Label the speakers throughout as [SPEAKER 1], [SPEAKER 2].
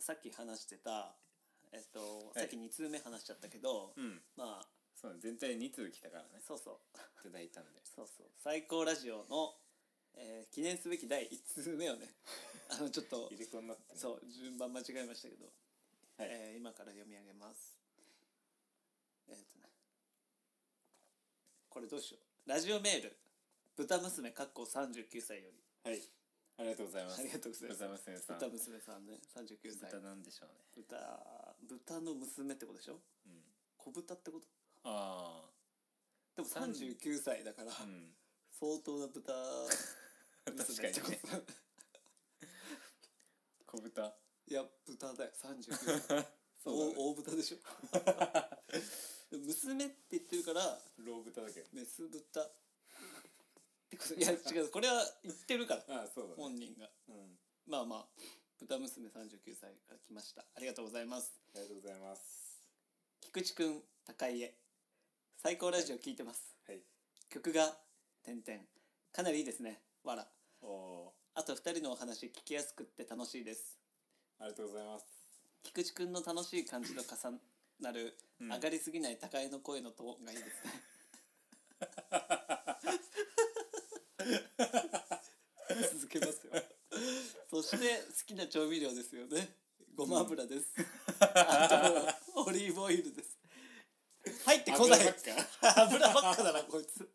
[SPEAKER 1] さっき話してた、えっと、さっき2通目話しちゃったけど、
[SPEAKER 2] うん
[SPEAKER 1] まあ
[SPEAKER 2] そう全体2通来たからね
[SPEAKER 1] そうそう
[SPEAKER 2] いただいたんで
[SPEAKER 1] そうそう最高ラジオの、えー記念すべき第1通目を ねあのちょっと
[SPEAKER 2] 入れ子になってね
[SPEAKER 1] そう順番間違えましたけど、
[SPEAKER 2] はい
[SPEAKER 1] えー今から読み上げますえーっとねこれどうしようラジオメール豚娘かっこ39歳より
[SPEAKER 2] はいありがとうございます
[SPEAKER 1] ありがとうございます
[SPEAKER 2] 豚娘さん
[SPEAKER 1] 豚娘さんね39歳
[SPEAKER 2] 豚なんでしょうね
[SPEAKER 1] 豚豚の娘ってことでしょ
[SPEAKER 2] うん
[SPEAKER 1] 小豚ってこと
[SPEAKER 2] あ
[SPEAKER 1] でも39歳だから
[SPEAKER 2] あうん
[SPEAKER 1] 相当な豚娘ってこと
[SPEAKER 2] 確小豚
[SPEAKER 1] いや豚だよ39歳
[SPEAKER 2] そうだね
[SPEAKER 1] 大大豚でしょ でも娘って言ってるから
[SPEAKER 2] ロー豚だけど
[SPEAKER 1] メス豚ってこといや違うこれは言ってるから
[SPEAKER 2] ああそうだね
[SPEAKER 1] 本人が
[SPEAKER 2] うん
[SPEAKER 1] まあまあ豚娘39歳から来ましたありがとうございます
[SPEAKER 2] ありがとうございます
[SPEAKER 1] 菊池くん高家最高ラジオ聞いてます
[SPEAKER 2] はい
[SPEAKER 1] 曲が点々かなりいいですねわら
[SPEAKER 2] おお
[SPEAKER 1] あと2人のお話聞きやすくって楽しいです
[SPEAKER 2] ーありがとうございます
[SPEAKER 1] 菊池くんの楽しい感じと重なる、
[SPEAKER 2] うん
[SPEAKER 1] 上がりすぎない高江の声のトーンがいいです ね続けますよそして好きな調味料ですよねごま油です、あとオリーブオイルです入ってこない
[SPEAKER 2] 油ばっか
[SPEAKER 1] 油ばっかだなこいつ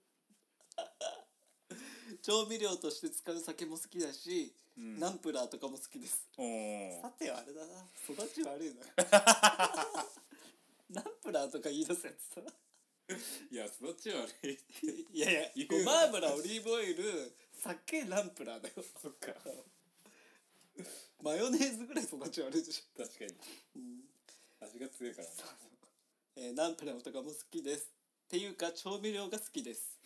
[SPEAKER 1] 調味料として使う酒も好きだし、
[SPEAKER 2] うん
[SPEAKER 1] ナンプラーとかも好きです
[SPEAKER 2] お
[SPEAKER 1] さ
[SPEAKER 2] お
[SPEAKER 1] てはあれだな育ち悪い なナンプラーとか言い出すやつさ
[SPEAKER 2] いや育ち悪い
[SPEAKER 1] いやいや
[SPEAKER 2] 言
[SPEAKER 1] ご
[SPEAKER 2] うな
[SPEAKER 1] ま油オリーブオイル酒ナンプラーだよ
[SPEAKER 2] そっか
[SPEAKER 1] マヨネーズぐらい育ち悪いでし
[SPEAKER 2] 確かに
[SPEAKER 1] ょ、うん
[SPEAKER 2] 味が強いからね
[SPEAKER 1] えーナンプラーとかも好きですっていうか調味料が好きです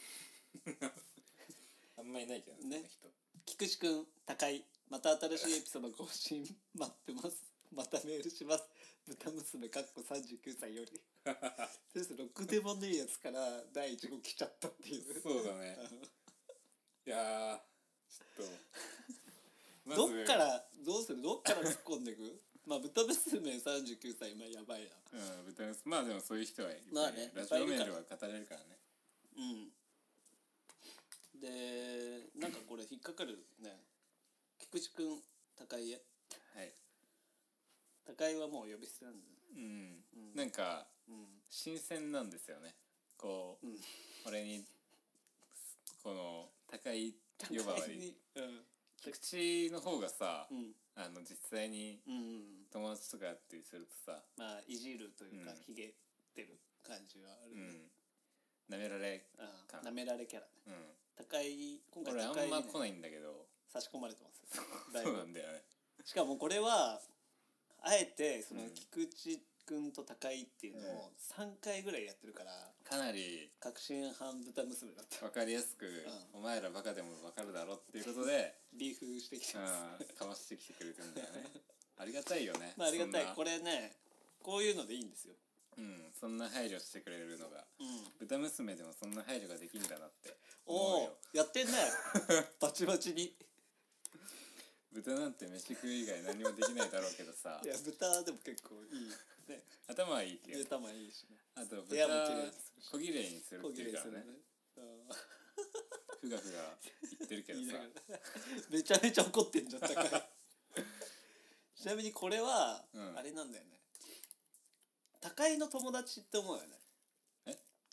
[SPEAKER 2] あんまりないけど
[SPEAKER 1] ね
[SPEAKER 2] そんな人
[SPEAKER 1] 菊池くん高いまた新しいエピソード更新待ってますまたメールします豚娘かっこ39歳よ りとりあえずろくでもねえやつから第1号来ちゃったっていう
[SPEAKER 2] そうだね いやーちょ っと
[SPEAKER 1] どっからどうするどっから突っ込んでいくまあ豚娘39歳まあやばい
[SPEAKER 2] うん豚ですまあでもそういう人はいっぱい
[SPEAKER 1] まあね
[SPEAKER 2] ラジオメールは語れるからね
[SPEAKER 1] なうんでなんかこれ引っかかるね菊池くん高井へ
[SPEAKER 2] はい
[SPEAKER 1] 高井はもう呼び捨てなんだよ
[SPEAKER 2] うん、
[SPEAKER 1] うん
[SPEAKER 2] なんか
[SPEAKER 1] うん
[SPEAKER 2] 新鮮なんですよねこう、
[SPEAKER 1] うん
[SPEAKER 2] 俺にこの高い呼ばわ
[SPEAKER 1] 高井
[SPEAKER 2] り
[SPEAKER 1] にうん
[SPEAKER 2] 菊池の方がさ、
[SPEAKER 1] うん
[SPEAKER 2] あの実際に
[SPEAKER 1] うんうん
[SPEAKER 2] 友達とかやってりするとさ
[SPEAKER 1] まあいじるというか
[SPEAKER 2] うん
[SPEAKER 1] ひげってる感じはあ
[SPEAKER 2] う
[SPEAKER 1] るね
[SPEAKER 2] んなめられ
[SPEAKER 1] あ
[SPEAKER 2] か
[SPEAKER 1] なめられキャラね
[SPEAKER 2] うん
[SPEAKER 1] 高井今回
[SPEAKER 2] 俺あん
[SPEAKER 1] 高井
[SPEAKER 2] ま
[SPEAKER 1] に
[SPEAKER 2] 来
[SPEAKER 1] ね
[SPEAKER 2] ないんだけど
[SPEAKER 1] 差し込まれてますだい
[SPEAKER 2] そう
[SPEAKER 1] ぶ
[SPEAKER 2] なんだよね
[SPEAKER 1] しかもこれはあえてその
[SPEAKER 2] うん
[SPEAKER 1] 菊池君と高井っていうのを3回ぐらいやってるから
[SPEAKER 2] かなり
[SPEAKER 1] 確信犯豚娘だった
[SPEAKER 2] 分かりやすく、お前らバカでも分かるだろっていうことで、
[SPEAKER 1] リーフしてきて
[SPEAKER 2] うん
[SPEAKER 1] ます、、
[SPEAKER 2] かましてきてくれてんだよねありがたいよね
[SPEAKER 1] まあありがたい
[SPEAKER 2] そんな
[SPEAKER 1] これねこういうのでいいんですよ、
[SPEAKER 2] うん、そんな配慮してくれるのが
[SPEAKER 1] うん、
[SPEAKER 2] 豚娘でもそんな配慮ができんだなって
[SPEAKER 1] お
[SPEAKER 2] 思うよ
[SPEAKER 1] おやってん ねバチバチに
[SPEAKER 2] 豚なんて飯食う以外何もできないだろうけどさ
[SPEAKER 1] いや豚でも結構いいね
[SPEAKER 2] 頭はいいけど
[SPEAKER 1] 出たまいいしね
[SPEAKER 2] あと
[SPEAKER 1] 部
[SPEAKER 2] 豚
[SPEAKER 1] 屋も綺麗にするし
[SPEAKER 2] 小綺麗にする
[SPEAKER 1] 小
[SPEAKER 2] って
[SPEAKER 1] 切
[SPEAKER 2] い
[SPEAKER 1] れ
[SPEAKER 2] うか
[SPEAKER 1] するね
[SPEAKER 2] らねふがふが言ってるけ
[SPEAKER 1] うん
[SPEAKER 2] ど
[SPEAKER 1] 言い
[SPEAKER 2] さ
[SPEAKER 1] ながらめちゃめちゃ怒ってんじゃん 高井ちなみにこれは、
[SPEAKER 2] うん
[SPEAKER 1] あれなんだよね高井の友達って思うよね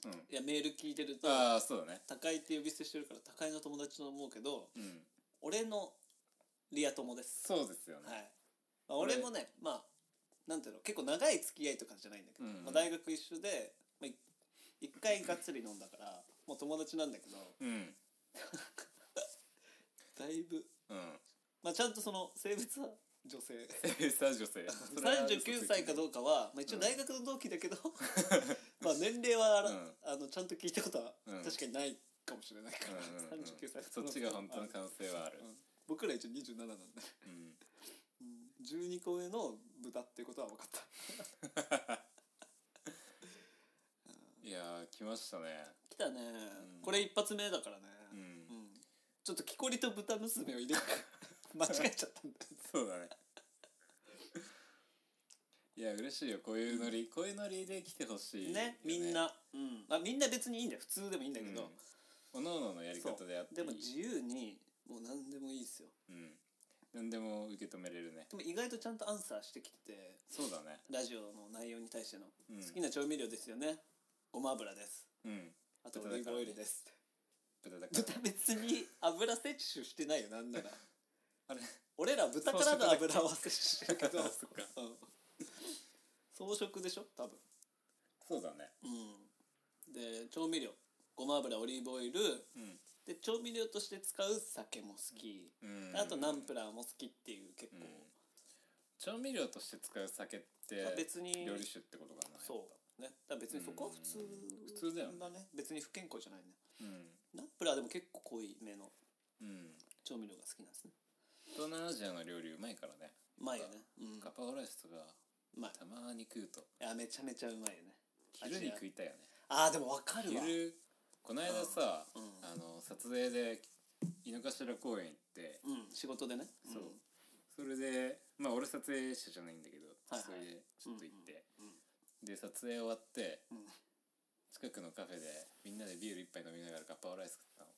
[SPEAKER 2] うん
[SPEAKER 1] いやメール聞いてると
[SPEAKER 2] ああそうだね
[SPEAKER 1] 高井って呼び捨てしてるから高井の友達と思うけど
[SPEAKER 2] うん
[SPEAKER 1] 俺のリア友です、
[SPEAKER 2] そうですよね、
[SPEAKER 1] はいまあ、俺もねまあなんていうの結構長い付き合いとかじゃないんだけど、
[SPEAKER 2] うん
[SPEAKER 1] まあ、大学一緒で、まあ、い一回がっつり飲んだからもう友達なんだけど
[SPEAKER 2] うん
[SPEAKER 1] だいぶ、
[SPEAKER 2] うん
[SPEAKER 1] まあ、ちゃんとその性別は女性
[SPEAKER 2] さあ女性それは嘘ついてる
[SPEAKER 1] 39歳かどうかは、まあ、一応大学の同期だけど、 まあ年齢はあら、
[SPEAKER 2] うん
[SPEAKER 1] あのちゃんと聞いたことは
[SPEAKER 2] うん
[SPEAKER 1] 確かにないかもしれないから、
[SPEAKER 2] うんうんうん
[SPEAKER 1] 39歳
[SPEAKER 2] そっちが本当の可能性はある
[SPEAKER 1] うん僕ら一応27なんで、
[SPEAKER 2] うん
[SPEAKER 1] 12個上の豚っていうことは分かった
[SPEAKER 2] いやー来ましたね
[SPEAKER 1] 来たね、
[SPEAKER 2] うん
[SPEAKER 1] これ一発目だからね、
[SPEAKER 2] う
[SPEAKER 1] うんんちょっと木こ りと豚娘を入れて間違えちゃったんだ
[SPEAKER 2] そうだねいや嬉しいよこういうノリこういうノリで来てほしいよ
[SPEAKER 1] ねみんな、うんまあ、みんな別にいいんだよ普通でもいいんだけど、
[SPEAKER 2] うん、おのおののやり方であっていい
[SPEAKER 1] でも自由にもう何でもいいですよ
[SPEAKER 2] うん、何でも受け止めれるね
[SPEAKER 1] でも意外とちゃんとアンサーしてきてて
[SPEAKER 2] そうだね
[SPEAKER 1] ラジオの内容に対しての、
[SPEAKER 2] うん
[SPEAKER 1] 好きな調味料ですよねごま油です
[SPEAKER 2] うん
[SPEAKER 1] あとオリーブオイルです
[SPEAKER 2] 豚だから
[SPEAKER 1] 豚別に油摂取してないよなんなら
[SPEAKER 2] あれ
[SPEAKER 1] 俺ら豚からの油は摂取してるけど
[SPEAKER 2] あ そっか
[SPEAKER 1] うん装飾でしょ多分
[SPEAKER 2] そうだね
[SPEAKER 1] うんで調味料ごま油オリーブオイル
[SPEAKER 2] うん
[SPEAKER 1] で調味料として使う酒も好き、
[SPEAKER 2] うん
[SPEAKER 1] あとナンプラーも好きっていう結構、
[SPEAKER 2] うん調味料として使う酒って
[SPEAKER 1] まあ別に
[SPEAKER 2] 料理酒ってことかな
[SPEAKER 1] そうねだから別にそこは普通
[SPEAKER 2] うん普通だよね
[SPEAKER 1] 別に不健康じゃないね
[SPEAKER 2] うん
[SPEAKER 1] ナンプラーでも結構濃いめの
[SPEAKER 2] うん
[SPEAKER 1] 調味料が好きなんですね
[SPEAKER 2] 東南アジアの料理うまいからね
[SPEAKER 1] うまいよねうん
[SPEAKER 2] ガパオライスとか
[SPEAKER 1] うまい
[SPEAKER 2] たまに食うと
[SPEAKER 1] いやめちゃめちゃうまいよね
[SPEAKER 2] 昼に食いたいよね
[SPEAKER 1] ああでもわかるわ
[SPEAKER 2] 昼この間さ、
[SPEAKER 1] うんうん
[SPEAKER 2] あの撮影で井の頭公園行って
[SPEAKER 1] うん仕事でね
[SPEAKER 2] そう、それでまあ俺撮影者じゃないんだけど、
[SPEAKER 1] はいはい
[SPEAKER 2] それでちょっと行って、
[SPEAKER 1] うん
[SPEAKER 2] で撮影終わって
[SPEAKER 1] うんうん
[SPEAKER 2] 近くのカフェでみんなでビール一杯飲みながらガッパオライス食ったの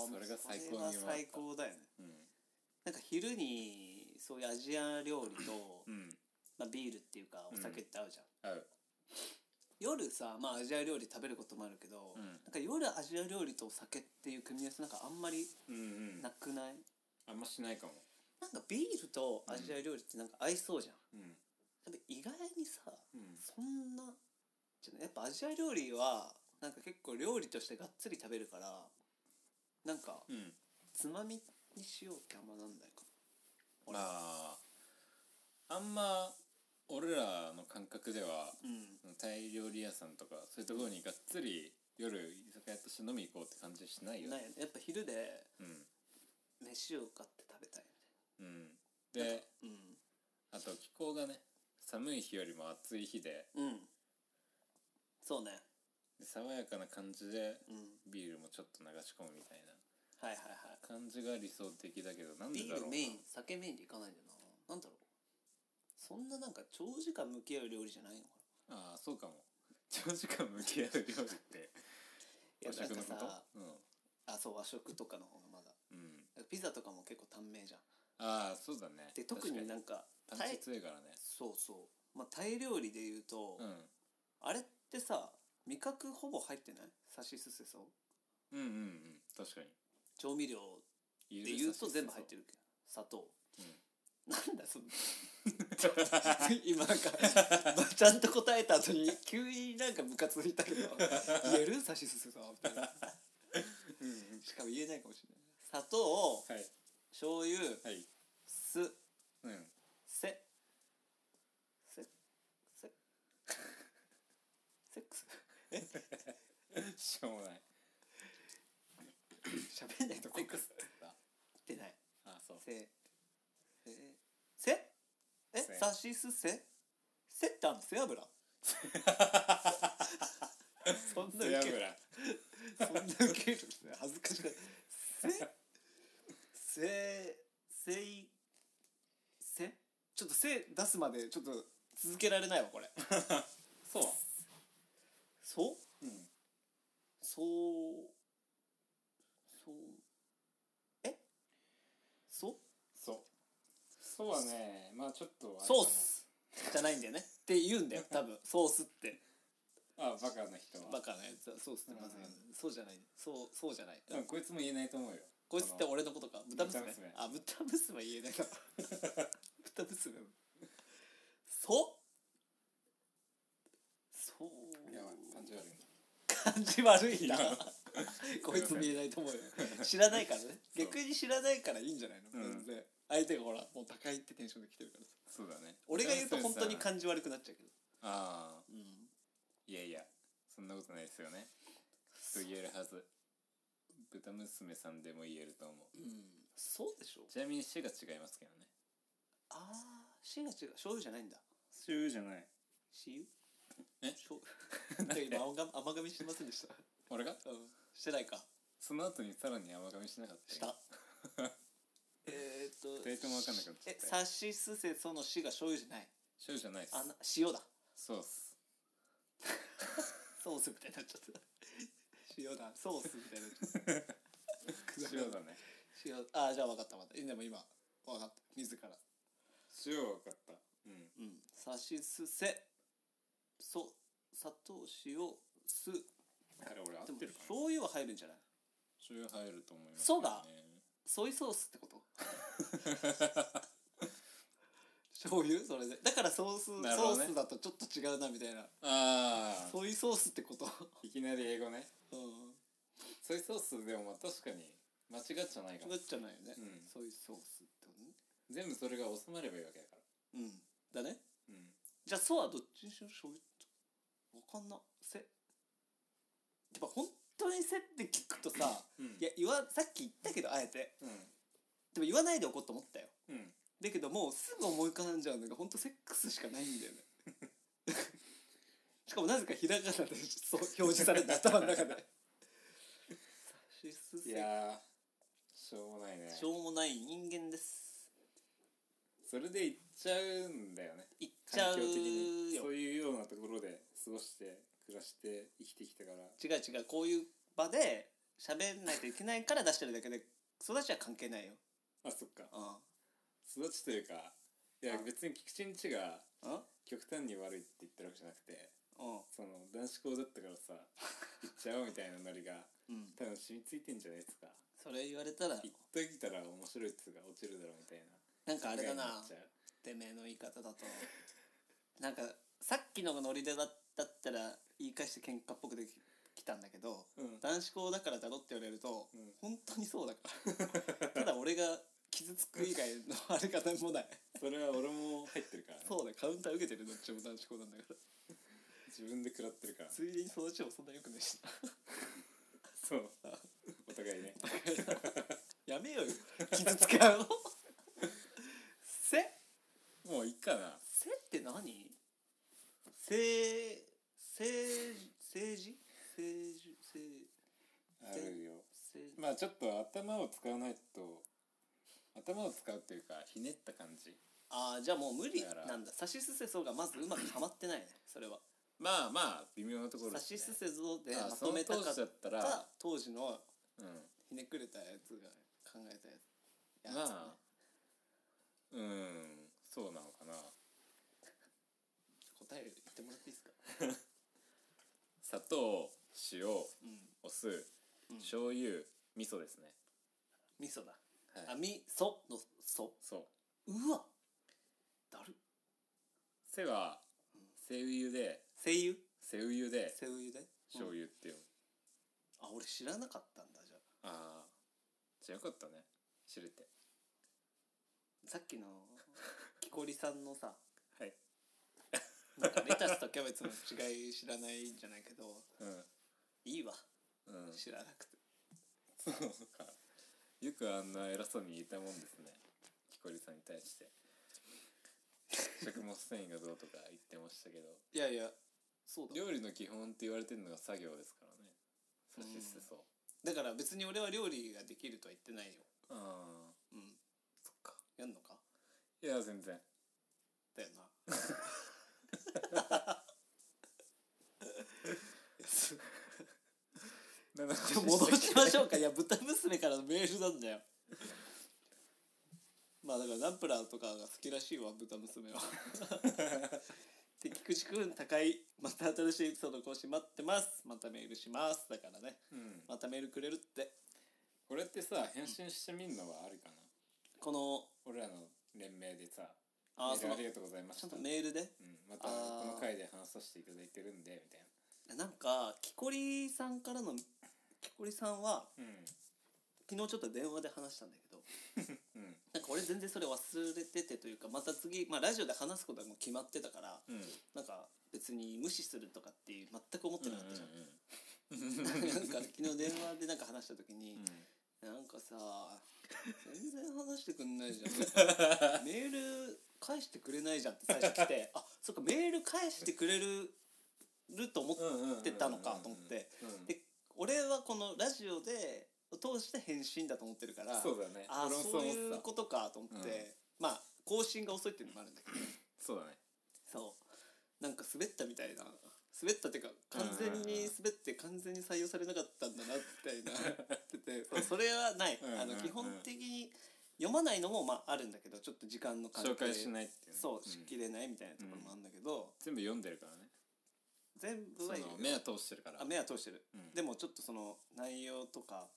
[SPEAKER 1] あー
[SPEAKER 2] それが最高にうま
[SPEAKER 1] そ
[SPEAKER 2] かっ
[SPEAKER 1] れは最
[SPEAKER 2] た
[SPEAKER 1] 高だよねなんか昼にそういうアジア料理と、
[SPEAKER 2] うんうん
[SPEAKER 1] まあ、ビールっていうかお酒って合うじゃん、
[SPEAKER 2] 合う
[SPEAKER 1] 夜さまあアジア料理食べることもあるけど、
[SPEAKER 2] うん
[SPEAKER 1] なんか夜アジア料理とお酒っていう組み合わせなんかあんまり
[SPEAKER 2] うんうん
[SPEAKER 1] なくない、
[SPEAKER 2] あんましないかも
[SPEAKER 1] なんかビールとアジア料理ってなんか合いそうじゃん、
[SPEAKER 2] うん
[SPEAKER 1] でも意外にさ
[SPEAKER 2] うん
[SPEAKER 1] そんなじゃないやっぱアジア料理はなんか結構料理としてがっつり食べるからなんか
[SPEAKER 2] うん
[SPEAKER 1] つまみにしようってあんまなんないか
[SPEAKER 2] まああんま俺らの感覚では
[SPEAKER 1] も
[SPEAKER 2] タイ料理屋さんとかそういうところにがっつり夜居酒屋として飲み行こうって感じしない
[SPEAKER 1] うん
[SPEAKER 2] よ
[SPEAKER 1] な
[SPEAKER 2] ね
[SPEAKER 1] いよねやっぱ昼で
[SPEAKER 2] うん
[SPEAKER 1] 飯を買って食べたい
[SPEAKER 2] うんで
[SPEAKER 1] み
[SPEAKER 2] あと気候がね寒い日よりも暑い日で
[SPEAKER 1] たいなうんうんそうね
[SPEAKER 2] で爽やかな感じで
[SPEAKER 1] うん
[SPEAKER 2] ビールもちょっと流し込むみたいな
[SPEAKER 1] はいはいはい
[SPEAKER 2] 感じが理想的だけどなんで
[SPEAKER 1] ビー
[SPEAKER 2] だろ
[SPEAKER 1] ル
[SPEAKER 2] う
[SPEAKER 1] メイン酒メインでいかないんだよななんだろうそんななんか長時間向き合う料理じゃないのか
[SPEAKER 2] なああそうかも長時間向き合う料理って
[SPEAKER 1] ないや
[SPEAKER 2] 和食の
[SPEAKER 1] なん
[SPEAKER 2] こ
[SPEAKER 1] かさ
[SPEAKER 2] と
[SPEAKER 1] なあそう和食とかの方がまだ
[SPEAKER 2] うん、うん、
[SPEAKER 1] ピザとかも結構短命じゃん
[SPEAKER 2] ああそうだね
[SPEAKER 1] で特になんか
[SPEAKER 2] 確か
[SPEAKER 1] タ
[SPEAKER 2] にパン
[SPEAKER 1] イ
[SPEAKER 2] チ強いからね
[SPEAKER 1] そうそうまあタイ料理で言うと、
[SPEAKER 2] うん
[SPEAKER 1] あれってさ味覚ほぼ入ってないさしすせそう
[SPEAKER 2] うんうんうん確かに
[SPEAKER 1] 調味料
[SPEAKER 2] で
[SPEAKER 1] で言うと全部入ってるけど砂糖、なんだその 今なん か、まあ、ちゃんと答えた後に急になんかムカついたけど「言えるさしすせそう」みたい な
[SPEAKER 2] うんうん
[SPEAKER 1] しかも言えないかもしれない砂糖
[SPEAKER 2] はい
[SPEAKER 1] 醤油
[SPEAKER 2] はい
[SPEAKER 1] 酢
[SPEAKER 2] うん
[SPEAKER 1] せせせセックス
[SPEAKER 2] しょうもない
[SPEAKER 1] 喋んないとセックス
[SPEAKER 2] あ
[SPEAKER 1] ってない
[SPEAKER 2] あそう
[SPEAKER 1] せせせえ
[SPEAKER 2] せ
[SPEAKER 1] さしすせせってあんの背脂 そんな
[SPEAKER 2] 背
[SPEAKER 1] ウケる
[SPEAKER 2] 脂
[SPEAKER 1] そんなウケる恥ずかしくないせせせいせちょっとせ出すまでちょっと続けられないわこれ
[SPEAKER 2] そう
[SPEAKER 1] そう
[SPEAKER 2] うん
[SPEAKER 1] そうそうえそう
[SPEAKER 2] そうそうはねまあちょっとあれかな
[SPEAKER 1] ソースじゃないんだよねって言うんだよ多分ソースって
[SPEAKER 2] あバカな人は
[SPEAKER 1] バカなやつはソースってまず言うそうじゃないそうそうじゃない、
[SPEAKER 2] うんこいつも言えないと思うよ
[SPEAKER 1] こいつって
[SPEAKER 2] あの
[SPEAKER 1] 俺のことか豚娘
[SPEAKER 2] 豚娘
[SPEAKER 1] あ豚娘言えないな 豚娘そそう
[SPEAKER 2] やばい感じ悪い
[SPEAKER 1] 感じ悪いな こい
[SPEAKER 2] すい
[SPEAKER 1] つ
[SPEAKER 2] ません
[SPEAKER 1] 見えないと思うよ知らないからね
[SPEAKER 2] そう
[SPEAKER 1] 逆に知らないからいいんじゃないの、
[SPEAKER 2] うん
[SPEAKER 1] 全然相手がほらもう高いってテンションで来てるからさ
[SPEAKER 2] そうだね
[SPEAKER 1] 俺が言うと本当に
[SPEAKER 2] か
[SPEAKER 1] 感じ悪くなっちゃうけど
[SPEAKER 2] ああ
[SPEAKER 1] うん
[SPEAKER 2] いやいやそんなことないですよねと言えるはず豚娘さんでも言えると思う
[SPEAKER 1] うんそうでしょ
[SPEAKER 2] ちなみに死が違いますけどね
[SPEAKER 1] ああ芯が違う醤油じゃないんだ
[SPEAKER 2] 死じゃない
[SPEAKER 1] 塩
[SPEAKER 2] え
[SPEAKER 1] 醤油 今甘が甘噛みしてませんでした
[SPEAKER 2] 俺が
[SPEAKER 1] うんしてないか
[SPEAKER 2] その後にさらに甘噛みしなかった
[SPEAKER 1] した えーっと
[SPEAKER 2] 二人とも分かんなくなっちゃった
[SPEAKER 1] えさしすせそのしが醤油じゃない
[SPEAKER 2] 塩じゃないっす
[SPEAKER 1] あな塩だ
[SPEAKER 2] そうっす
[SPEAKER 1] ソースみたいになっちゃった塩だソースみたいになっちゃった
[SPEAKER 2] 塩だ ね
[SPEAKER 1] 塩あじゃあ分かった分かったでも今分かった自ら
[SPEAKER 2] 塩は分かったうん
[SPEAKER 1] うんさしすせそ砂糖塩酢
[SPEAKER 2] あれ俺合っ
[SPEAKER 1] でも
[SPEAKER 2] てるかな
[SPEAKER 1] 醤油は入るんじゃない
[SPEAKER 2] 塩入ると思います
[SPEAKER 1] そうだ
[SPEAKER 2] けどね
[SPEAKER 1] ソイソースってこと 醤油それでだからソース、
[SPEAKER 2] なるほ
[SPEAKER 1] ソ
[SPEAKER 2] どね
[SPEAKER 1] ースだとちょっと違うなみたいな
[SPEAKER 2] ああ
[SPEAKER 1] ソイソースってこと
[SPEAKER 2] いきなり英語ね
[SPEAKER 1] うん
[SPEAKER 2] ソイソースでもまあ確かに間違っちゃないかも
[SPEAKER 1] なっちゃないよね、
[SPEAKER 2] うん
[SPEAKER 1] ソイソースってことね
[SPEAKER 2] 全部それが収まればいいわけだから
[SPEAKER 1] うんだね
[SPEAKER 2] うん
[SPEAKER 1] じゃあソはどっちにしろ醤油とわかんなせやっぱ本当にせって聞くとさ
[SPEAKER 2] うん
[SPEAKER 1] いや言わさっき言ったけどあえて
[SPEAKER 2] うん
[SPEAKER 1] でも言わないでおこうと思ったよ
[SPEAKER 2] うん
[SPEAKER 1] だけどもうすぐ思い浮かんじゃうのが本当セックスしかないんだよね しかもなぜかひらがなでそう表示されて頭の中でしす
[SPEAKER 2] い
[SPEAKER 1] せ
[SPEAKER 2] やーしょうもないね
[SPEAKER 1] しょうもない人間です
[SPEAKER 2] それでいっちゃうんだよね
[SPEAKER 1] いっちゃ
[SPEAKER 2] 環
[SPEAKER 1] う
[SPEAKER 2] 境的に
[SPEAKER 1] よ
[SPEAKER 2] そういうようなところで過ごして暮らして生きてきたから
[SPEAKER 1] 違う違うこういう場で喋んないといけないから出してるだけで育ちは関係ないよ
[SPEAKER 2] あそっか
[SPEAKER 1] う
[SPEAKER 2] 育ちというかいや
[SPEAKER 1] あ
[SPEAKER 2] 別に菊池んちが
[SPEAKER 1] んうん
[SPEAKER 2] 極端に悪いって言ってるわけじゃなくて
[SPEAKER 1] うん
[SPEAKER 2] その男子校だったからさ行っちゃおうみたいなノリが
[SPEAKER 1] うん
[SPEAKER 2] 多分染みついてんじゃないですか
[SPEAKER 1] それ言われたら
[SPEAKER 2] 行っときたら面白いっつうか落ちるだろうみたいな
[SPEAKER 1] なんかあれだ
[SPEAKER 2] ぐ
[SPEAKER 1] な
[SPEAKER 2] らいにっちゃう
[SPEAKER 1] てめえの言い方だとなんかさっきのノリでだだったら言い返して喧嘩っぽくでききたんだけど
[SPEAKER 2] うん
[SPEAKER 1] 男子校だからだろって言われると、
[SPEAKER 2] うん
[SPEAKER 1] 本当にそうだからただ 俺が傷つく以外のあれが何もない
[SPEAKER 2] それは俺も入ってるからね
[SPEAKER 1] そうだカウンター受けてるどっちも男子校なんだから
[SPEAKER 2] 自分で食らってるから
[SPEAKER 1] ついでに育ちもそんな良くないし
[SPEAKER 2] そうお互いね
[SPEAKER 1] やめよ うよ傷つけ合うの せ
[SPEAKER 2] もういいかな
[SPEAKER 1] せって何せせ政治政治政
[SPEAKER 2] あるよ
[SPEAKER 1] 政
[SPEAKER 2] まあちょっと頭を使わないと頭を使うっていうかひねった感じ
[SPEAKER 1] ああじゃあもう無理
[SPEAKER 2] だから
[SPEAKER 1] なんださしすせそうがまずうまくはまってないねそれは
[SPEAKER 2] まあまあ微妙なところ
[SPEAKER 1] さ
[SPEAKER 2] です
[SPEAKER 1] し
[SPEAKER 2] ね
[SPEAKER 1] すせそうで
[SPEAKER 2] あ
[SPEAKER 1] まとめたかっ
[SPEAKER 2] その当時だったら
[SPEAKER 1] た当時の
[SPEAKER 2] うん
[SPEAKER 1] ひねくれたやつが考えたやつやつね
[SPEAKER 2] まあうんそうなのかな
[SPEAKER 1] 答え言ってもらっていいですか
[SPEAKER 2] 砂糖塩
[SPEAKER 1] うん
[SPEAKER 2] お酢
[SPEAKER 1] うん
[SPEAKER 2] 醤油味噌ですね
[SPEAKER 1] 味噌だあ
[SPEAKER 2] はい
[SPEAKER 1] 味噌のそう
[SPEAKER 2] そう
[SPEAKER 1] うわだる
[SPEAKER 2] 「せ」はせゆで
[SPEAKER 1] 声優
[SPEAKER 2] せゆで
[SPEAKER 1] 声優で
[SPEAKER 2] 醤油っていう
[SPEAKER 1] あ俺知らなかったんだじゃあ
[SPEAKER 2] ああじゃあよかったね知れて
[SPEAKER 1] さっきの 木こりさんのさ
[SPEAKER 2] はい
[SPEAKER 1] なんかレタスとキャベツの違い知らないんじゃないけど
[SPEAKER 2] うん
[SPEAKER 1] いいわ
[SPEAKER 2] うん
[SPEAKER 1] 知らなくて
[SPEAKER 2] そうかよくあんな偉そうに言えたもんですね木こりさんに対して食物繊維がどうとか言ってましたけど
[SPEAKER 1] いやいやそうだ
[SPEAKER 2] 料理の基本って言われてるのが作業ですからねさしすせそう
[SPEAKER 1] だから別に俺は料理ができるとは言ってないよ
[SPEAKER 2] ああ
[SPEAKER 1] うん
[SPEAKER 2] そっか
[SPEAKER 1] やんのか
[SPEAKER 2] いや全然
[SPEAKER 1] だよないやす
[SPEAKER 2] 何の
[SPEAKER 1] ちょ
[SPEAKER 2] 話
[SPEAKER 1] 戻
[SPEAKER 2] した
[SPEAKER 1] し
[SPEAKER 2] っ
[SPEAKER 1] ましょうかいや豚娘からのメールなんだよ まあだからナンプラーとかが好きらしいわ豚娘は で菊池くん高いまた新しいエピソード更新待ってますまたメールしますだからね
[SPEAKER 2] けうん
[SPEAKER 1] またメールくれるって
[SPEAKER 2] これってさ返信してみるのはあるかな
[SPEAKER 1] この
[SPEAKER 2] 俺らの連名でさ「
[SPEAKER 1] あー
[SPEAKER 2] メー
[SPEAKER 1] そ
[SPEAKER 2] ル
[SPEAKER 1] の
[SPEAKER 2] あり
[SPEAKER 1] ち
[SPEAKER 2] がとうございまし
[SPEAKER 1] ゃ
[SPEAKER 2] た
[SPEAKER 1] ん」とメールで
[SPEAKER 2] うん、また
[SPEAKER 1] あ
[SPEAKER 2] こ
[SPEAKER 1] ー
[SPEAKER 2] の回で話させていただいてるんでみたい
[SPEAKER 1] な
[SPEAKER 2] な
[SPEAKER 1] んか木こりさんからの木こりさんは
[SPEAKER 2] うん
[SPEAKER 1] 昨日ちょっと電話で話したんだけど
[SPEAKER 2] うん
[SPEAKER 1] なんか俺全然それ忘れててというかまた次、まあ、ラジオで話すことはもう決まってたから
[SPEAKER 2] うん
[SPEAKER 1] なんか別に無視するとかっていう全く思ってなかったじゃん,、
[SPEAKER 2] うんうん
[SPEAKER 1] なんか昨日電話でなんか話した時に
[SPEAKER 2] うん、
[SPEAKER 1] なんかさ全然話してくんないじゃん メール返してくれないじゃんって最初来てあそっかメール返してくれるると思って、
[SPEAKER 2] って
[SPEAKER 1] たのかと思って、で俺はこのラジオで通して返信だと思ってるから
[SPEAKER 2] そうだね
[SPEAKER 1] あ
[SPEAKER 2] 俺も
[SPEAKER 1] そう
[SPEAKER 2] 思って
[SPEAKER 1] いう
[SPEAKER 2] た
[SPEAKER 1] ことかと思って、まあ更新が遅いっていうのもあるんだけど
[SPEAKER 2] そうだね
[SPEAKER 1] そうなんか滑ったみたいな滑ったっていうか完全に滑って完全に採用されなかったんだなみた いなっててそうそれはない
[SPEAKER 2] うんうんうん
[SPEAKER 1] あの基本的に読まないのもまああるんだけどちょっと時間の関係
[SPEAKER 2] 紹介しないっていうね
[SPEAKER 1] そうんしきれないみたいなところもあるんだけど、
[SPEAKER 2] 全部読んでるからね
[SPEAKER 1] 全
[SPEAKER 2] そ
[SPEAKER 1] 部
[SPEAKER 2] の
[SPEAKER 1] は
[SPEAKER 2] 目は通してるから
[SPEAKER 1] あ目は通してる、
[SPEAKER 2] うん
[SPEAKER 1] でもちょっとその内容とか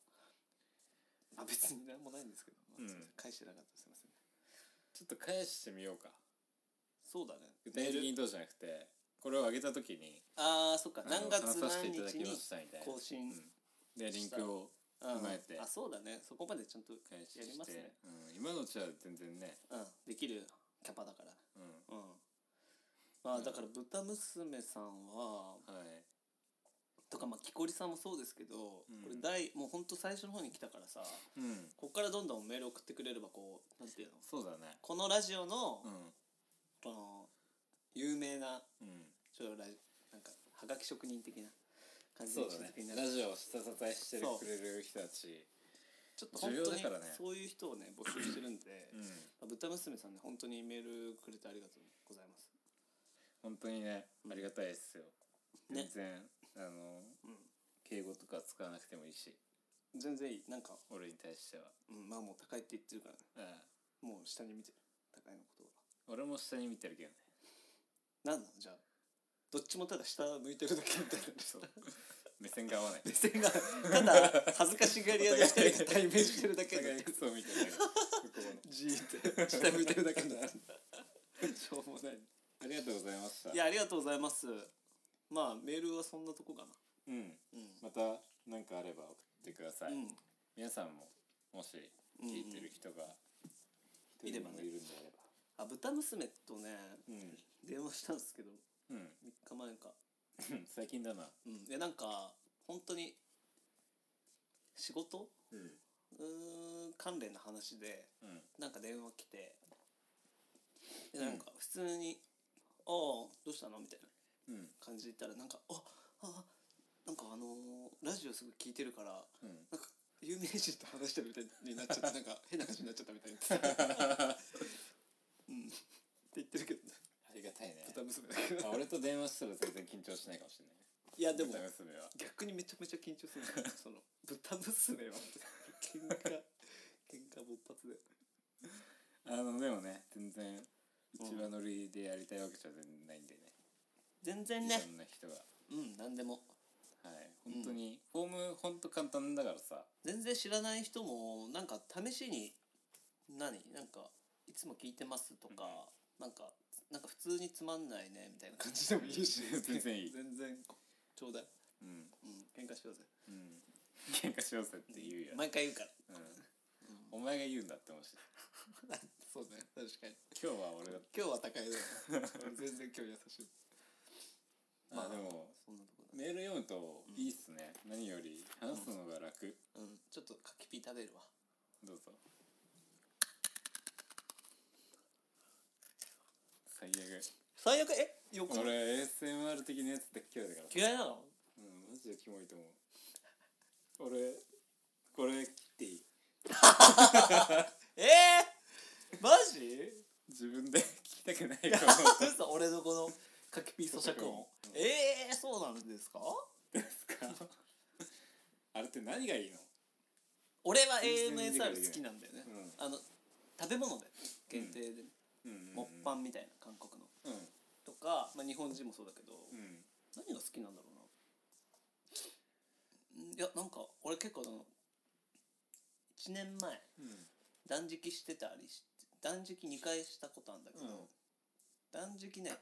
[SPEAKER 1] あ別に何もないんですけど、まあ
[SPEAKER 2] うん
[SPEAKER 1] ちょっと返してなかったすいません
[SPEAKER 2] ちょっと返してみようか
[SPEAKER 1] そうだね
[SPEAKER 2] 具体的にどうじゃなくてこれを上げた時に
[SPEAKER 1] ああそっか
[SPEAKER 2] あ
[SPEAKER 1] 何
[SPEAKER 2] の
[SPEAKER 1] 月
[SPEAKER 2] 話させて
[SPEAKER 1] 何
[SPEAKER 2] いただ
[SPEAKER 1] 日
[SPEAKER 2] きま
[SPEAKER 1] に
[SPEAKER 2] したみたいな
[SPEAKER 1] 更新
[SPEAKER 2] うんでリンクを
[SPEAKER 1] うん
[SPEAKER 2] 踏まえて
[SPEAKER 1] あそうだねそこまでちゃんと
[SPEAKER 2] 返し
[SPEAKER 1] やりま
[SPEAKER 2] し
[SPEAKER 1] す
[SPEAKER 2] て、
[SPEAKER 1] ね
[SPEAKER 2] うん、今のうちは全然ね、
[SPEAKER 1] うんできるキャパだからう
[SPEAKER 2] う
[SPEAKER 1] んま
[SPEAKER 2] う
[SPEAKER 1] あ
[SPEAKER 2] ん
[SPEAKER 1] だから豚娘さんは
[SPEAKER 2] ん、はい
[SPEAKER 1] とかまあきこりさんもそうですけどこ
[SPEAKER 2] う
[SPEAKER 1] れ
[SPEAKER 2] ん
[SPEAKER 1] 第もうほんと最初の方に来たからさ
[SPEAKER 2] うん
[SPEAKER 1] こっからどんどんメール送ってくれればこうなんていうの
[SPEAKER 2] そうだね
[SPEAKER 1] このラジオの
[SPEAKER 2] うん
[SPEAKER 1] この有名な
[SPEAKER 2] うん
[SPEAKER 1] ちょっとラジなんかはがき職人的な感じ
[SPEAKER 2] そ
[SPEAKER 1] の
[SPEAKER 2] うだね
[SPEAKER 1] 人にな
[SPEAKER 2] ラ
[SPEAKER 1] る
[SPEAKER 2] ジオを下支えして
[SPEAKER 1] そう
[SPEAKER 2] くれる人たち
[SPEAKER 1] ちょっと本当に
[SPEAKER 2] 重要だからね
[SPEAKER 1] そういう人をね募集してるんで
[SPEAKER 2] うん
[SPEAKER 1] 豚娘さんね本当にメールくれてありがとうございます
[SPEAKER 2] 本当にねありがたいですよ
[SPEAKER 1] ね
[SPEAKER 2] 全然あの
[SPEAKER 1] う
[SPEAKER 2] 敬語とか使わなくてもいいし
[SPEAKER 1] ん全然いいなんか、
[SPEAKER 2] 俺に対しては
[SPEAKER 1] うん、まあもう高いって言ってるからね
[SPEAKER 2] うん
[SPEAKER 1] もう下に見てる高いのことは
[SPEAKER 2] 俺も下に見てるけ どね
[SPEAKER 1] 何なのじゃあどっちもただ下向いてるだけみたいな
[SPEAKER 2] そう目線が合わない
[SPEAKER 1] 目線がただ恥ずかしがり屋の2人が対面してるだけ
[SPEAKER 2] お互
[SPEAKER 1] で
[SPEAKER 2] いクソみたいな向こうの
[SPEAKER 1] じーって下向いてるだけだしょうもない
[SPEAKER 2] ありがとうございました
[SPEAKER 1] いやありがとうございますまあメールはそんなとこかな
[SPEAKER 2] うん
[SPEAKER 1] うん、
[SPEAKER 2] また何かあれば送ってください、
[SPEAKER 1] うん、
[SPEAKER 2] 皆さんももし聞いてる人が
[SPEAKER 1] うんいればね
[SPEAKER 2] 一人でもいるんであれば
[SPEAKER 1] あ豚娘とね
[SPEAKER 2] うん
[SPEAKER 1] 電話したんですけど
[SPEAKER 2] うん
[SPEAKER 1] 3日前か
[SPEAKER 2] 最近だな
[SPEAKER 1] うんでなんか本当に仕事
[SPEAKER 2] うん
[SPEAKER 1] うーん関連の話で
[SPEAKER 2] うん
[SPEAKER 1] なんか電話来てでなんか普通に「ああどうしたの?」みたいな
[SPEAKER 2] うん
[SPEAKER 1] 感じで言ったらなんか「ああなんかあのーラジオすぐ聞いてるから
[SPEAKER 2] うん
[SPEAKER 1] なんか有名人と話してるみたいになっちゃ ってなんか変な感じになっちゃったみたいな」うんって言ってるけどね
[SPEAKER 2] ありがたいね
[SPEAKER 1] 豚娘だけど
[SPEAKER 2] あ俺と電話したら全然緊張しないかもしれない
[SPEAKER 1] いやでも
[SPEAKER 2] 豚娘は
[SPEAKER 1] 逆にめちゃめちゃ緊張するんだ よその豚娘は喧嘩喧嘩勃発で
[SPEAKER 2] あのでもね全然一番乗りでやりたいわけじゃ全然ないんでね、
[SPEAKER 1] 全然
[SPEAKER 2] い
[SPEAKER 1] ね
[SPEAKER 2] ろんな人が
[SPEAKER 1] うん何でも
[SPEAKER 2] はい本当に、フォーム本当簡単だからさ
[SPEAKER 1] 全然知らない人もなんか試しに何なんかいつも聞いてますとか、なんかなんか普通につまんないねみたいな感じでもいいし
[SPEAKER 2] 全然いい
[SPEAKER 1] 全然ちょうだい
[SPEAKER 2] うん
[SPEAKER 1] うん喧嘩しようぜ
[SPEAKER 2] うん喧嘩しようぜって言うよ、
[SPEAKER 1] 毎回言うから
[SPEAKER 2] うんお前が言うんだって思うし
[SPEAKER 1] そうね確かに
[SPEAKER 2] 今日は俺が
[SPEAKER 1] 今日は高いだよ俺全然今日優しい
[SPEAKER 2] まあでも
[SPEAKER 1] そんなとこだね
[SPEAKER 2] メール読むといいっすね、何より話すのが楽、
[SPEAKER 1] うんちょっと柿ピー食べるわ
[SPEAKER 2] どうぞ最悪
[SPEAKER 1] 最悪え横
[SPEAKER 2] 俺 ASMR 的なやつって嫌いだから
[SPEAKER 1] 嫌いなの
[SPEAKER 2] うんマジでキモいと思う俺これ切っていい
[SPEAKER 1] えー、マ ジ
[SPEAKER 2] 自分で聞きたくないかも
[SPEAKER 1] 嘘俺のこのカキピー咀嚼音
[SPEAKER 2] うん
[SPEAKER 1] えー、そうなんですか
[SPEAKER 2] ですか あれって何がいいの
[SPEAKER 1] 俺は
[SPEAKER 2] 全然
[SPEAKER 1] AMSR 好きなんだよね、
[SPEAKER 2] うん
[SPEAKER 1] あの食べ物で限定で、
[SPEAKER 2] うん
[SPEAKER 1] モッパンみたいな韓国の
[SPEAKER 2] うん
[SPEAKER 1] とか、まあ、日本人もそうだけど、
[SPEAKER 2] うん
[SPEAKER 1] 何が好きなんだろうなんいやなんか俺結構その1年前
[SPEAKER 2] うん
[SPEAKER 1] 断食してたりし断食2回したことあるんだけど、
[SPEAKER 2] うん
[SPEAKER 1] 断食ね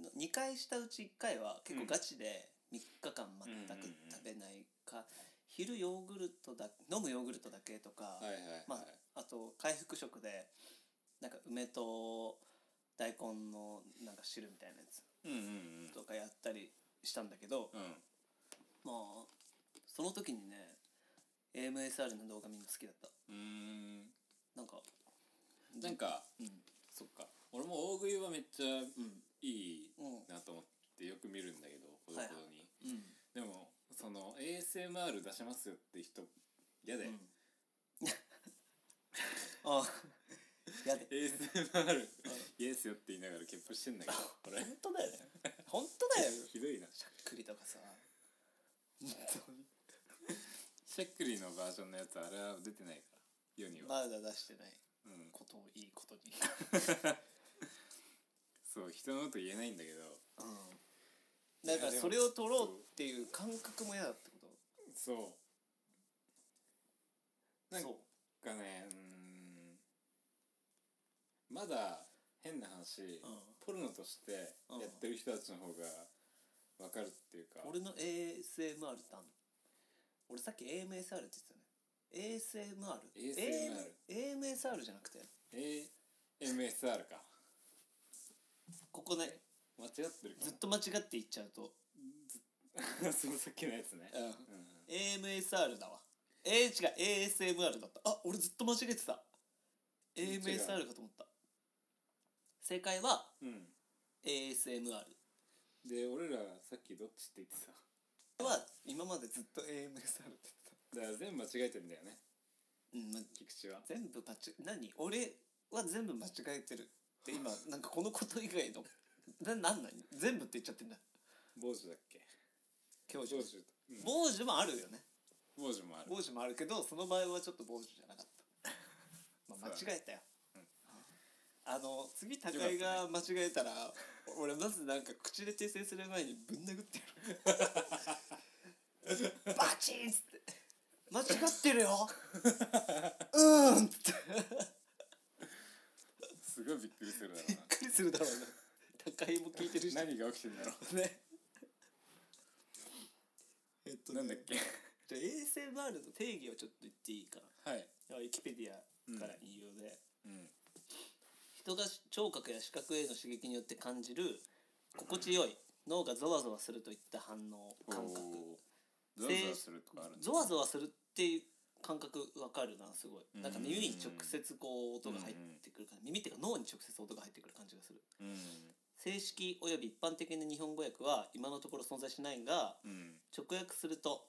[SPEAKER 1] 2回したうち1回は結構ガチで3日間全く食べないか、昼ヨーグルトだ飲むヨーグルトだけとか、
[SPEAKER 2] はいはいはい、
[SPEAKER 1] まあ、あと回復食でなんか梅と大根のなんか汁みたいなやつ
[SPEAKER 2] うんうんうん
[SPEAKER 1] とかやったりしたんだけど、
[SPEAKER 2] うん
[SPEAKER 1] まあその時にね AMSR の動画みんな好きだった
[SPEAKER 2] うーん
[SPEAKER 1] なんか
[SPEAKER 2] なんか
[SPEAKER 1] うん
[SPEAKER 2] そっか俺も大食いはめっちゃ
[SPEAKER 1] うん
[SPEAKER 2] いい
[SPEAKER 1] うん
[SPEAKER 2] なと思ってよく見るんだけどほどほどに、
[SPEAKER 1] うん
[SPEAKER 2] でもその ASMR 出します よって人嫌だよ、
[SPEAKER 1] あい嫌で
[SPEAKER 2] ASMR イエスよって言いながらゲップしてんだけどこれ
[SPEAKER 1] 本当だよね本当だよ
[SPEAKER 2] ひどいな
[SPEAKER 1] しゃっくりとかさ本当に
[SPEAKER 2] しゃっくりのバージョンのやつあれは出てないから世には、
[SPEAKER 1] まだ出してない
[SPEAKER 2] うん、
[SPEAKER 1] ことをいいことに
[SPEAKER 2] そう人のこと言えないんだけど
[SPEAKER 1] うんだからそれを取ろうっていう感覚も嫌だってこ
[SPEAKER 2] そ
[SPEAKER 1] と
[SPEAKER 2] なんか
[SPEAKER 1] そう
[SPEAKER 2] うかねうーんまだ変な話、ポルノとしてやってる人たちの方がわかるっていうか、
[SPEAKER 1] 俺の ASMR ってあんの俺さっき AMSR って言ってたね ASMR
[SPEAKER 2] ASMR
[SPEAKER 1] AMSR じゃなくて
[SPEAKER 2] AMSR か
[SPEAKER 1] ここね
[SPEAKER 2] 間違ってるか
[SPEAKER 1] ずっと間違って言っちゃうと
[SPEAKER 2] な そのさっきのやつね、
[SPEAKER 1] うん
[SPEAKER 2] うん、
[SPEAKER 1] AMSR だわえー、違う ASMR だったあ俺ずっと間違えてた
[SPEAKER 2] 違う
[SPEAKER 1] AMSR かと思った正解は
[SPEAKER 2] うん、
[SPEAKER 1] ASMR
[SPEAKER 2] で俺らさっきどっちって言ってた
[SPEAKER 1] は今までずっと AMSR って言ってた
[SPEAKER 2] だから全部間違えてんだよね
[SPEAKER 1] うん、ま、
[SPEAKER 2] 菊池は
[SPEAKER 1] 全部間違何俺は全部間違えてるって今なんかこのこと以外のななんなん全部って言っちゃってんだ
[SPEAKER 2] 坊主だっけ
[SPEAKER 1] 教
[SPEAKER 2] 坊
[SPEAKER 1] 授
[SPEAKER 2] 主うん
[SPEAKER 1] 傍受もあるよね
[SPEAKER 2] 坊主もある
[SPEAKER 1] 傍受もあるけどその場合はちょっと傍受じゃなか った、まあ、
[SPEAKER 2] そうだね
[SPEAKER 1] 間違えたよ、
[SPEAKER 2] うん
[SPEAKER 1] あの次高井が間違えたら俺まずなんか口で訂正する前にぶん殴って やるバチンっつって「間違ってるようーん」っつって
[SPEAKER 2] すごいびっくりするだ ろ
[SPEAKER 1] びっくりするだろうな高井も聞いてる
[SPEAKER 2] う
[SPEAKER 1] し
[SPEAKER 2] な何が起きてんだろ
[SPEAKER 1] ねえっと
[SPEAKER 2] う
[SPEAKER 1] ね
[SPEAKER 2] なんだっけ
[SPEAKER 1] じゃあ ASMR の定義をちょっと言っていいか
[SPEAKER 2] はい、
[SPEAKER 1] なウィキペディアから引用で、
[SPEAKER 2] うん、
[SPEAKER 1] 人が聴覚や視覚への刺激によって感じる心地よい脳がゾワゾワするといった反応感覚
[SPEAKER 2] おーゾワゾワするとかあるんだ
[SPEAKER 1] ゾワゾワするっていう感覚わかるなすご
[SPEAKER 2] う
[SPEAKER 1] い
[SPEAKER 2] ん
[SPEAKER 1] なんか耳に直接こう音が入ってくる感じ耳っていうか脳に直接音が入ってくる感じがする
[SPEAKER 2] うん
[SPEAKER 1] 正式および一般的な日本語訳は今のところ存在しないが
[SPEAKER 2] うん
[SPEAKER 1] 直訳すると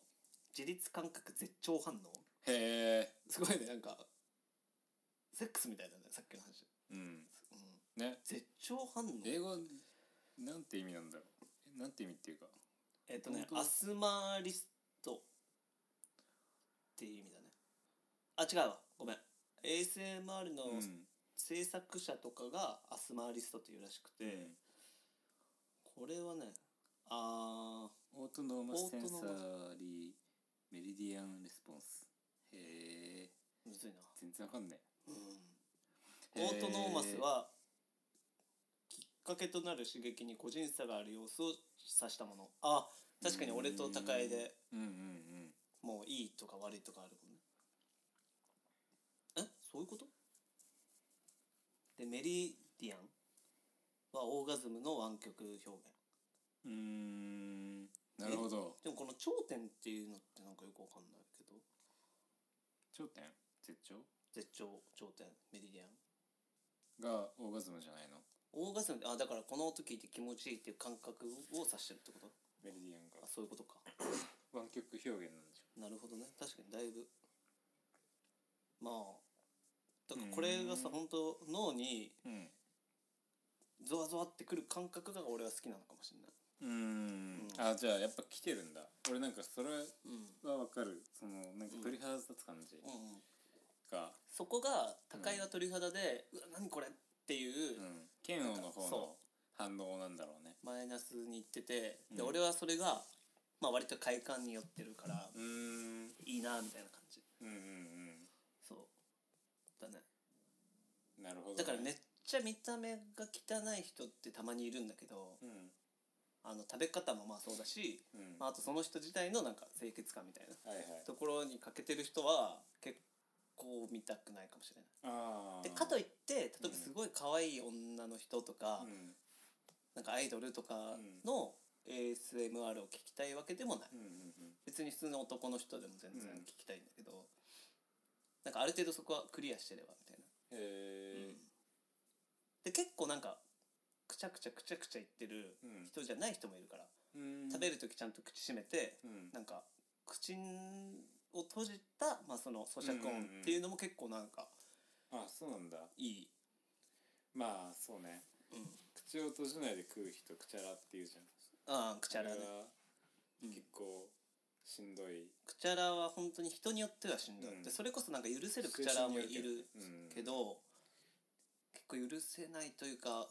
[SPEAKER 1] 自律感覚絶頂反応
[SPEAKER 2] へえ
[SPEAKER 1] すごいねなんかセックスみたいだねさっきの話、
[SPEAKER 2] うん
[SPEAKER 1] うん、
[SPEAKER 2] ね
[SPEAKER 1] 絶頂反応
[SPEAKER 2] 英語なんて意味なんだろうえなんて意味っていうか
[SPEAKER 1] えっ、とね
[SPEAKER 2] 本当
[SPEAKER 1] アスマリストっていう意味だねあ違うわごめん ASMR
[SPEAKER 2] う
[SPEAKER 1] の
[SPEAKER 2] ん
[SPEAKER 1] 制作者とかがアスマリストっていうらしくて、
[SPEAKER 2] うん
[SPEAKER 1] これはねあ
[SPEAKER 2] オートノーマ
[SPEAKER 1] オ
[SPEAKER 2] ス
[SPEAKER 1] ート
[SPEAKER 2] セン
[SPEAKER 1] ノ
[SPEAKER 2] サ
[SPEAKER 1] ーマ
[SPEAKER 2] ーリーメリディアンレスポンスへえ
[SPEAKER 1] ーむずいな、
[SPEAKER 2] 全然わかんない
[SPEAKER 1] うん、オートノーマスはきっかけとなる刺激に個人差がある様子を指したものあ確かに俺と高江で
[SPEAKER 2] うんうんうん
[SPEAKER 1] もういいとか悪いとかあるもんねえそういうことでメリディアンはオーガズムの湾曲表現
[SPEAKER 2] うーんなるほど
[SPEAKER 1] でもこの頂点っていうのってなんかよくわかんないけど
[SPEAKER 2] 頂点絶頂
[SPEAKER 1] 絶頂頂点メリディアン
[SPEAKER 2] がオーガズムじゃないの
[SPEAKER 1] オーガズムってあだからこの音聞いて気持ちいいっていう感覚を指してるってこと
[SPEAKER 2] メリディアンが
[SPEAKER 1] あそういうことか
[SPEAKER 2] 湾曲表現なんでしょ
[SPEAKER 1] なるほどね確かにだいぶまあだからこれがさ
[SPEAKER 2] うん
[SPEAKER 1] 本当脳に
[SPEAKER 2] うん
[SPEAKER 1] ゾワゾワってくる感覚が俺は好きなのかもしれないう
[SPEAKER 2] ー
[SPEAKER 1] うん
[SPEAKER 2] んあじゃあやっぱ来てるんだ俺なんかそれ
[SPEAKER 1] うん
[SPEAKER 2] はわかるそのなんか鳥肌立つ感じ
[SPEAKER 1] うんうん、
[SPEAKER 2] が
[SPEAKER 1] そこが高井が鳥肌で「うわ何これ!」っていううん
[SPEAKER 2] 剣王の方の
[SPEAKER 1] そ
[SPEAKER 2] 反応なんだろうね
[SPEAKER 1] マイナスにいってて、で
[SPEAKER 2] うん
[SPEAKER 1] 俺はそれが、まあ、割と快感に寄ってるから、
[SPEAKER 2] うーん
[SPEAKER 1] いいなみたいな感じ
[SPEAKER 2] うんうん
[SPEAKER 1] そうだね
[SPEAKER 2] うんなるほど
[SPEAKER 1] だからめっちゃ見た目が汚い人ってたまにいるんだけど
[SPEAKER 2] うん
[SPEAKER 1] あの食べ方もまあそうだし、
[SPEAKER 2] うん
[SPEAKER 1] まあ、あとその人自体のなんか清潔感みたいな
[SPEAKER 2] はいはい
[SPEAKER 1] ところに欠けてる人は結構見たくないかもしれない。
[SPEAKER 2] ああ
[SPEAKER 1] でかとい
[SPEAKER 2] っ
[SPEAKER 1] って例えばすごい可愛い女の人とか、
[SPEAKER 2] うん
[SPEAKER 1] なんかアイドルとかの ASMR を聞きたいわけでもない
[SPEAKER 2] うんうんうん
[SPEAKER 1] 別に普通の男の人でも全然
[SPEAKER 2] うん
[SPEAKER 1] 聞きたいんだけど、なんかある程度そこはクリアしてればみたい
[SPEAKER 2] へ
[SPEAKER 1] な、
[SPEAKER 2] え
[SPEAKER 1] で結構なんかくちゃくちゃくちゃくちゃ言ってる
[SPEAKER 2] うん
[SPEAKER 1] 人じゃない人もいるから、
[SPEAKER 2] うん
[SPEAKER 1] 食べる時ちゃんと口閉めて、
[SPEAKER 2] うん
[SPEAKER 1] なんか口を閉じた、まあ、その咀嚼音っていうのも結構なんか
[SPEAKER 2] あそうなんだ
[SPEAKER 1] いい
[SPEAKER 2] まあそうね
[SPEAKER 1] うん
[SPEAKER 2] 口を閉じないで食う人くちゃらっていうじゃん
[SPEAKER 1] ああくちゃらね
[SPEAKER 2] あれは
[SPEAKER 1] うん
[SPEAKER 2] 結構しんどい、
[SPEAKER 1] くちゃらは本当に人によってはしんどいって、
[SPEAKER 2] うん
[SPEAKER 1] それこそなんか許せるくちゃらもいる
[SPEAKER 2] うん
[SPEAKER 1] けど、結構許せないというか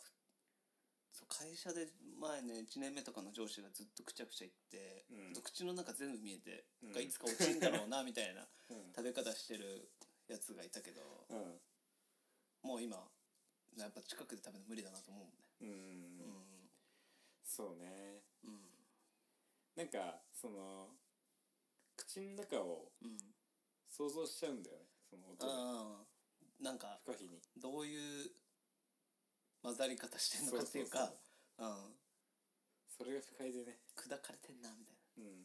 [SPEAKER 1] そう会社で前ね1年目とかの上司がずっとくちゃくちゃ言って、
[SPEAKER 2] うん
[SPEAKER 1] ほんと口の中全部見えて、
[SPEAKER 2] うん
[SPEAKER 1] なんかいつか落ちんだろうなみたいな
[SPEAKER 2] うん
[SPEAKER 1] 食べ方してるやつがいたけどもう今やっぱ近くで食べるの無理だなと思うもんね。
[SPEAKER 2] うん、うんそうね
[SPEAKER 1] うん
[SPEAKER 2] なんかその口の中を
[SPEAKER 1] うんうん
[SPEAKER 2] 想像しちゃうんだよねその音が
[SPEAKER 1] ああなんか
[SPEAKER 2] 不可避に
[SPEAKER 1] どういう混ざり方してんのかっていうか
[SPEAKER 2] そうそう
[SPEAKER 1] うん、
[SPEAKER 2] そうそれが不快でね
[SPEAKER 1] 砕かれてんなみたいな。
[SPEAKER 2] うん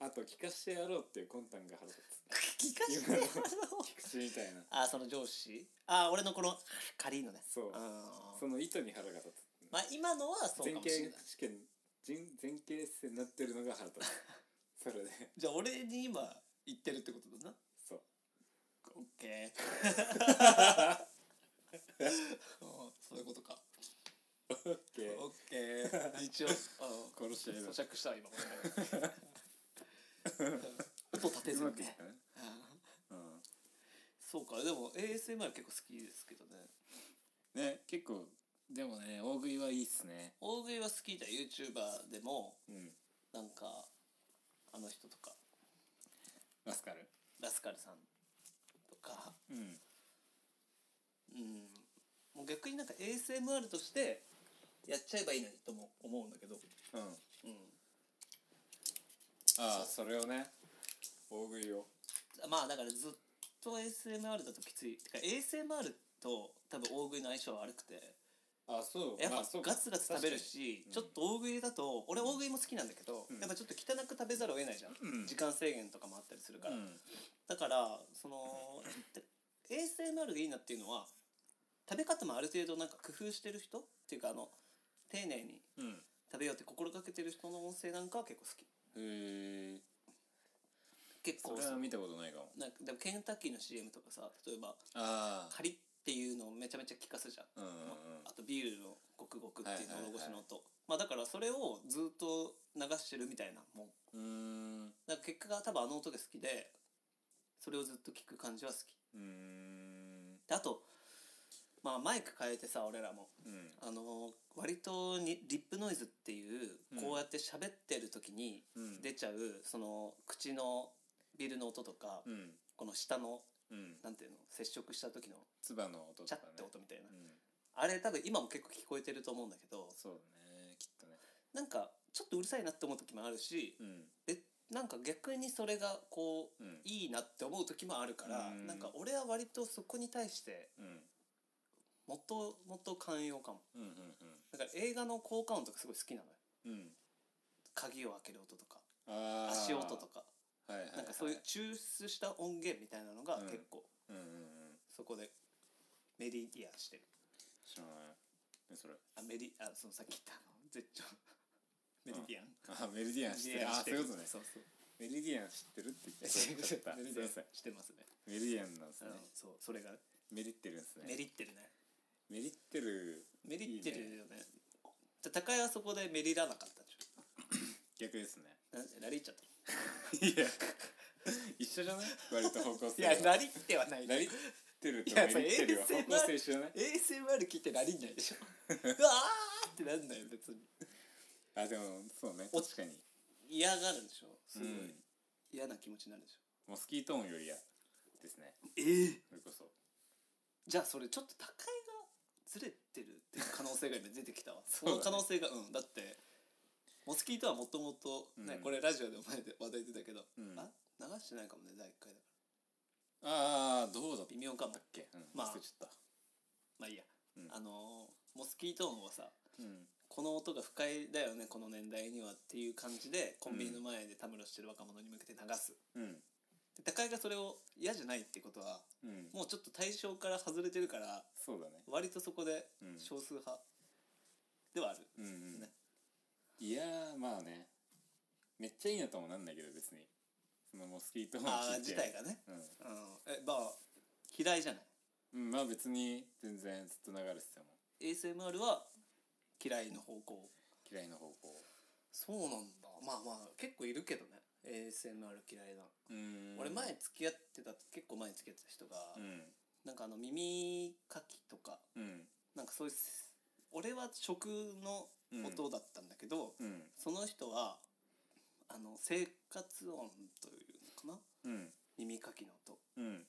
[SPEAKER 2] あと聞かしてやろうっていう魂胆が腹立
[SPEAKER 1] 聞かしてやろう
[SPEAKER 2] つ口みたいな
[SPEAKER 1] あその上司あ俺のこの仮のね
[SPEAKER 2] そう
[SPEAKER 1] あー
[SPEAKER 2] その意図に腹が立つ
[SPEAKER 1] まあ今のはそう
[SPEAKER 2] 前
[SPEAKER 1] かもしれな
[SPEAKER 2] 傾
[SPEAKER 1] い
[SPEAKER 2] 試験人前傾姿勢になってるのが腹立つそれで
[SPEAKER 1] じゃあ俺に今言ってるってことだな
[SPEAKER 2] そう
[SPEAKER 1] オッケー うんそういうことか
[SPEAKER 2] オッケー
[SPEAKER 1] オッケー一応あの
[SPEAKER 2] 殺し合いだ
[SPEAKER 1] 咀嚼した今俺 音立てず
[SPEAKER 2] うま
[SPEAKER 1] に
[SPEAKER 2] くいっ
[SPEAKER 1] ね
[SPEAKER 2] たね
[SPEAKER 1] うん
[SPEAKER 2] うん
[SPEAKER 1] そうかでも ASMR 結構好きですけどね
[SPEAKER 2] ね結構でもね大食いはいいっすね
[SPEAKER 1] 大食いは好きだ YouTuber でも
[SPEAKER 2] うん
[SPEAKER 1] なんかあの人とか
[SPEAKER 2] ラスカル
[SPEAKER 1] ラスカルさんとか
[SPEAKER 2] うん
[SPEAKER 1] うんもう逆になんか ASMR としてやっちゃえばいいのにとも思うんだけど、
[SPEAKER 2] うん
[SPEAKER 1] うん、
[SPEAKER 2] ああそれをね大食いを
[SPEAKER 1] まあだからずっと ASMR だときついてか ASMR と多分大食いの相性は悪くて
[SPEAKER 2] あそう
[SPEAKER 1] やっぱ
[SPEAKER 2] まあそうか
[SPEAKER 1] ガツガツ食べるし、
[SPEAKER 2] 確かに
[SPEAKER 1] ちょっと大食いだと俺大食いも好きなんだけど、
[SPEAKER 2] うん
[SPEAKER 1] やっぱちょっと汚く食べざるを得ないじゃん、
[SPEAKER 2] うん
[SPEAKER 1] 時間制限とかもあったりするから、
[SPEAKER 2] うん
[SPEAKER 1] だからその ASMR でいいなっていうのは食べ方もある程度なんか工夫してる人っていうかあの丁寧に
[SPEAKER 2] うん
[SPEAKER 1] 食べようって心がけてる人の音声なんかは結構好き
[SPEAKER 2] へえ
[SPEAKER 1] 結
[SPEAKER 2] そ
[SPEAKER 1] 構
[SPEAKER 2] れは見たことないかも
[SPEAKER 1] なんかでもケンタッキーの CM とかさ例えば
[SPEAKER 2] ああ
[SPEAKER 1] カリっていうのをめちゃめちゃ聞かすじゃん、
[SPEAKER 2] うんうん
[SPEAKER 1] ま
[SPEAKER 2] うん
[SPEAKER 1] あとビールのゴクゴクっていう
[SPEAKER 2] はい
[SPEAKER 1] の
[SPEAKER 2] はいはい
[SPEAKER 1] を越しの音、まあだからそれをずっと流してるみたいなもん
[SPEAKER 2] うーん
[SPEAKER 1] なんか結果が多分あの音が好きでそれをずっと聞く感じは好き
[SPEAKER 2] うーん
[SPEAKER 1] であとまあマイク変えてさ俺らも
[SPEAKER 2] うん
[SPEAKER 1] あのー割とにリップノイズっていう
[SPEAKER 2] うん
[SPEAKER 1] こうやって喋ってる時に
[SPEAKER 2] うん
[SPEAKER 1] 出ちゃう、その口のビールの音とか、
[SPEAKER 2] うん
[SPEAKER 1] この舌の
[SPEAKER 2] うん
[SPEAKER 1] なんていうの接触した時の
[SPEAKER 2] つばの音と
[SPEAKER 1] チャ
[SPEAKER 2] か
[SPEAKER 1] ッ
[SPEAKER 2] ね
[SPEAKER 1] て音みたいな、
[SPEAKER 2] うん
[SPEAKER 1] あれ多分今も結構聞こえてると思うんだけど
[SPEAKER 2] そうだねきっとね
[SPEAKER 1] なんかちょっとうるさいなって思う時もあるし
[SPEAKER 2] うん
[SPEAKER 1] でなんか逆にそれがこう
[SPEAKER 2] うん
[SPEAKER 1] いいなって思う時もあるから、
[SPEAKER 2] うん
[SPEAKER 1] なんか俺は割とそこに対して
[SPEAKER 2] うん
[SPEAKER 1] もっともっと寛容かも
[SPEAKER 2] うんうん
[SPEAKER 1] だから映画の効果音とかすごい好きなのよ
[SPEAKER 2] うんうん
[SPEAKER 1] 鍵を開ける音とか
[SPEAKER 2] ああ
[SPEAKER 1] 足音とか
[SPEAKER 2] はいはいはい
[SPEAKER 1] なんかそういう抽出した音源みたいなのが
[SPEAKER 2] うん
[SPEAKER 1] 結構
[SPEAKER 2] うんうんうん
[SPEAKER 1] そこでメディアしてる
[SPEAKER 2] 知らないねそれ
[SPEAKER 1] あメディあそのさっき言ったあの絶頂メディアン
[SPEAKER 2] あメルディアン知っ
[SPEAKER 1] メ
[SPEAKER 2] て
[SPEAKER 1] ディ
[SPEAKER 2] る
[SPEAKER 1] アン
[SPEAKER 2] あ
[SPEAKER 1] して
[SPEAKER 2] そう
[SPEAKER 1] る
[SPEAKER 2] いうことね
[SPEAKER 1] そうそう
[SPEAKER 2] メルディアン知ってるって言ってそうだった
[SPEAKER 1] メディアン
[SPEAKER 2] すいま
[SPEAKER 1] し
[SPEAKER 2] せん
[SPEAKER 1] てますね
[SPEAKER 2] メルディアンなんです
[SPEAKER 1] うん
[SPEAKER 2] ね
[SPEAKER 1] そうそれがね
[SPEAKER 2] メリってるんですね
[SPEAKER 1] メリってるね
[SPEAKER 2] メリってる
[SPEAKER 1] メリってる
[SPEAKER 2] いい
[SPEAKER 1] よ
[SPEAKER 2] ね
[SPEAKER 1] ねじゃあ高井はそこでメリらなかったでし
[SPEAKER 2] 逆ですね
[SPEAKER 1] ょなんでラリっちゃった
[SPEAKER 2] いや一緒じゃない割と方向性
[SPEAKER 1] いや
[SPEAKER 2] は
[SPEAKER 1] ラリってはない
[SPEAKER 2] ラリってるとメリってるはい
[SPEAKER 1] や
[SPEAKER 2] 方
[SPEAKER 1] それ
[SPEAKER 2] 向性一緒じゃない
[SPEAKER 1] ASMR 聞いてラリんないでしょ うわーってなんないよ別に
[SPEAKER 2] あでもそうね確かに
[SPEAKER 1] 嫌がるでしょすごい、
[SPEAKER 2] うん
[SPEAKER 1] 嫌な気持ちになるでしょ
[SPEAKER 2] モスキートーンよりやですね
[SPEAKER 1] え
[SPEAKER 2] それこそ
[SPEAKER 1] じゃあそれちょっと高いがずれてるっていう可能性が今出てき たわそ,、
[SPEAKER 2] うだ
[SPEAKER 1] の
[SPEAKER 2] ね
[SPEAKER 1] 可能性がうんだってモスキートはもともとね、
[SPEAKER 2] うん
[SPEAKER 1] これラジオでお前で話題出たけど、
[SPEAKER 2] うん
[SPEAKER 1] あ流してないかもね第1回だか
[SPEAKER 2] ああどうだ
[SPEAKER 1] ら
[SPEAKER 2] っ
[SPEAKER 1] 微妙かも
[SPEAKER 2] たっけうん
[SPEAKER 1] まあ
[SPEAKER 2] 忘れちゃっ
[SPEAKER 1] まあいいや、
[SPEAKER 2] うん
[SPEAKER 1] あのーモスキート音はさ
[SPEAKER 2] たうん
[SPEAKER 1] この音が不快だよねこの年代にはっていう感じでコンビニの前でたむろしてる若者に向けて流す、
[SPEAKER 2] うん
[SPEAKER 1] で高井がそれを嫌じゃないってことは
[SPEAKER 2] うん
[SPEAKER 1] もうちょっと対象から外れてるから
[SPEAKER 2] そうだね
[SPEAKER 1] 割とそこで
[SPEAKER 2] うん
[SPEAKER 1] 少数派ではある、
[SPEAKER 2] うんうん
[SPEAKER 1] ね
[SPEAKER 2] いやーまあねめっちゃいいなともなんないけど別にそのモスキートーン
[SPEAKER 1] ああ
[SPEAKER 2] 聞い
[SPEAKER 1] 自
[SPEAKER 2] て
[SPEAKER 1] 体がね、
[SPEAKER 2] うん
[SPEAKER 1] うん、えまあ嫌いじゃない
[SPEAKER 2] うんまあ別に全然ずっと流れてたもん
[SPEAKER 1] ASMR は嫌いの方向
[SPEAKER 2] 嫌いの方向
[SPEAKER 1] そうなんだまあまあ結構いるけどね ASMR 嫌いな、
[SPEAKER 2] うん
[SPEAKER 1] 俺前付き合ってた結構前に付き合ってた人が、
[SPEAKER 2] うん
[SPEAKER 1] なんかあの耳かきとか
[SPEAKER 2] うん
[SPEAKER 1] なんかそういう俺は食の音だったんだけど、
[SPEAKER 2] うん
[SPEAKER 1] その人はあの生活音というのかな
[SPEAKER 2] うん
[SPEAKER 1] 耳かきの音
[SPEAKER 2] うん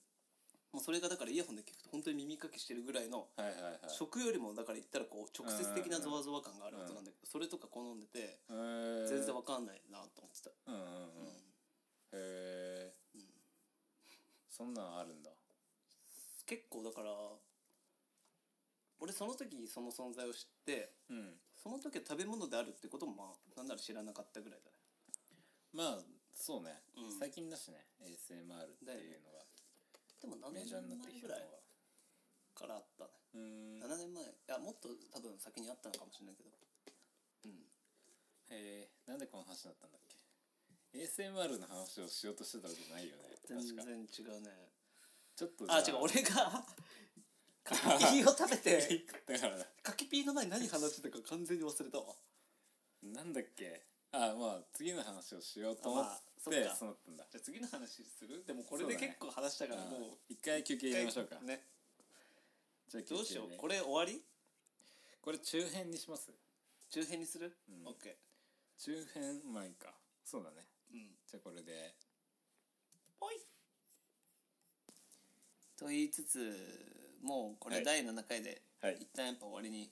[SPEAKER 1] もうそれがだからイヤホンで聞くと本当に耳かきしてるぐらいの
[SPEAKER 2] はいはいはい
[SPEAKER 1] 食よりもだから言ったらこう直接的なゾワゾワ感がある音なんだけどそれとか好んでて
[SPEAKER 2] へー
[SPEAKER 1] 全然わかんないなと思ってた、
[SPEAKER 2] うんうんうん
[SPEAKER 1] うん
[SPEAKER 2] へえ
[SPEAKER 1] うん
[SPEAKER 2] そんなんあるんだ
[SPEAKER 1] 結構だから俺その時その存在を知って
[SPEAKER 2] うん
[SPEAKER 1] その時は食べ物であるってこともまあなんなら知らなかったぐらいだね
[SPEAKER 2] まあそうね、
[SPEAKER 1] うん
[SPEAKER 2] 最近だしね ASMR っていうの
[SPEAKER 1] でも
[SPEAKER 2] が
[SPEAKER 1] 7
[SPEAKER 2] メ
[SPEAKER 1] 年
[SPEAKER 2] ジャーになって
[SPEAKER 1] 前
[SPEAKER 2] き
[SPEAKER 1] ぐら
[SPEAKER 2] た
[SPEAKER 1] い
[SPEAKER 2] のは
[SPEAKER 1] からあったね
[SPEAKER 2] うーん
[SPEAKER 1] 7年前いやもっと多分先にあったのかもしれないけどうん
[SPEAKER 2] えー、なんでこの話だったんだっけ ASMR の話をしようとしてたわけないよね
[SPEAKER 1] 全
[SPEAKER 2] 確か
[SPEAKER 1] 然違うね
[SPEAKER 2] ちょっと
[SPEAKER 1] あ違う俺が柿ピーを食べて
[SPEAKER 2] 俺だから
[SPEAKER 1] 柿ピーの前に何話してたか完全に忘れたわ
[SPEAKER 2] なんだっけあまあ次の話をしようと思っ
[SPEAKER 1] あ
[SPEAKER 2] て
[SPEAKER 1] まあそっか
[SPEAKER 2] そうなったんだ
[SPEAKER 1] じゃあ次の話するでもこ
[SPEAKER 2] れ
[SPEAKER 1] れ
[SPEAKER 2] で
[SPEAKER 1] で結構話したから
[SPEAKER 2] あー
[SPEAKER 1] もう
[SPEAKER 2] 一回休憩入れましょうか
[SPEAKER 1] ね
[SPEAKER 2] じゃあ休憩
[SPEAKER 1] どうしよ
[SPEAKER 2] ね
[SPEAKER 1] うこれ終わり
[SPEAKER 2] これ中編にします
[SPEAKER 1] 中編にする
[SPEAKER 2] うん
[SPEAKER 1] OK
[SPEAKER 2] 中編まあいいかそうだね
[SPEAKER 1] うん
[SPEAKER 2] じゃあこれで
[SPEAKER 1] ぽいと言いつつもうこ
[SPEAKER 2] は
[SPEAKER 1] れ
[SPEAKER 2] い
[SPEAKER 1] 第7回で
[SPEAKER 2] はい
[SPEAKER 1] 一旦やっぱ終わりに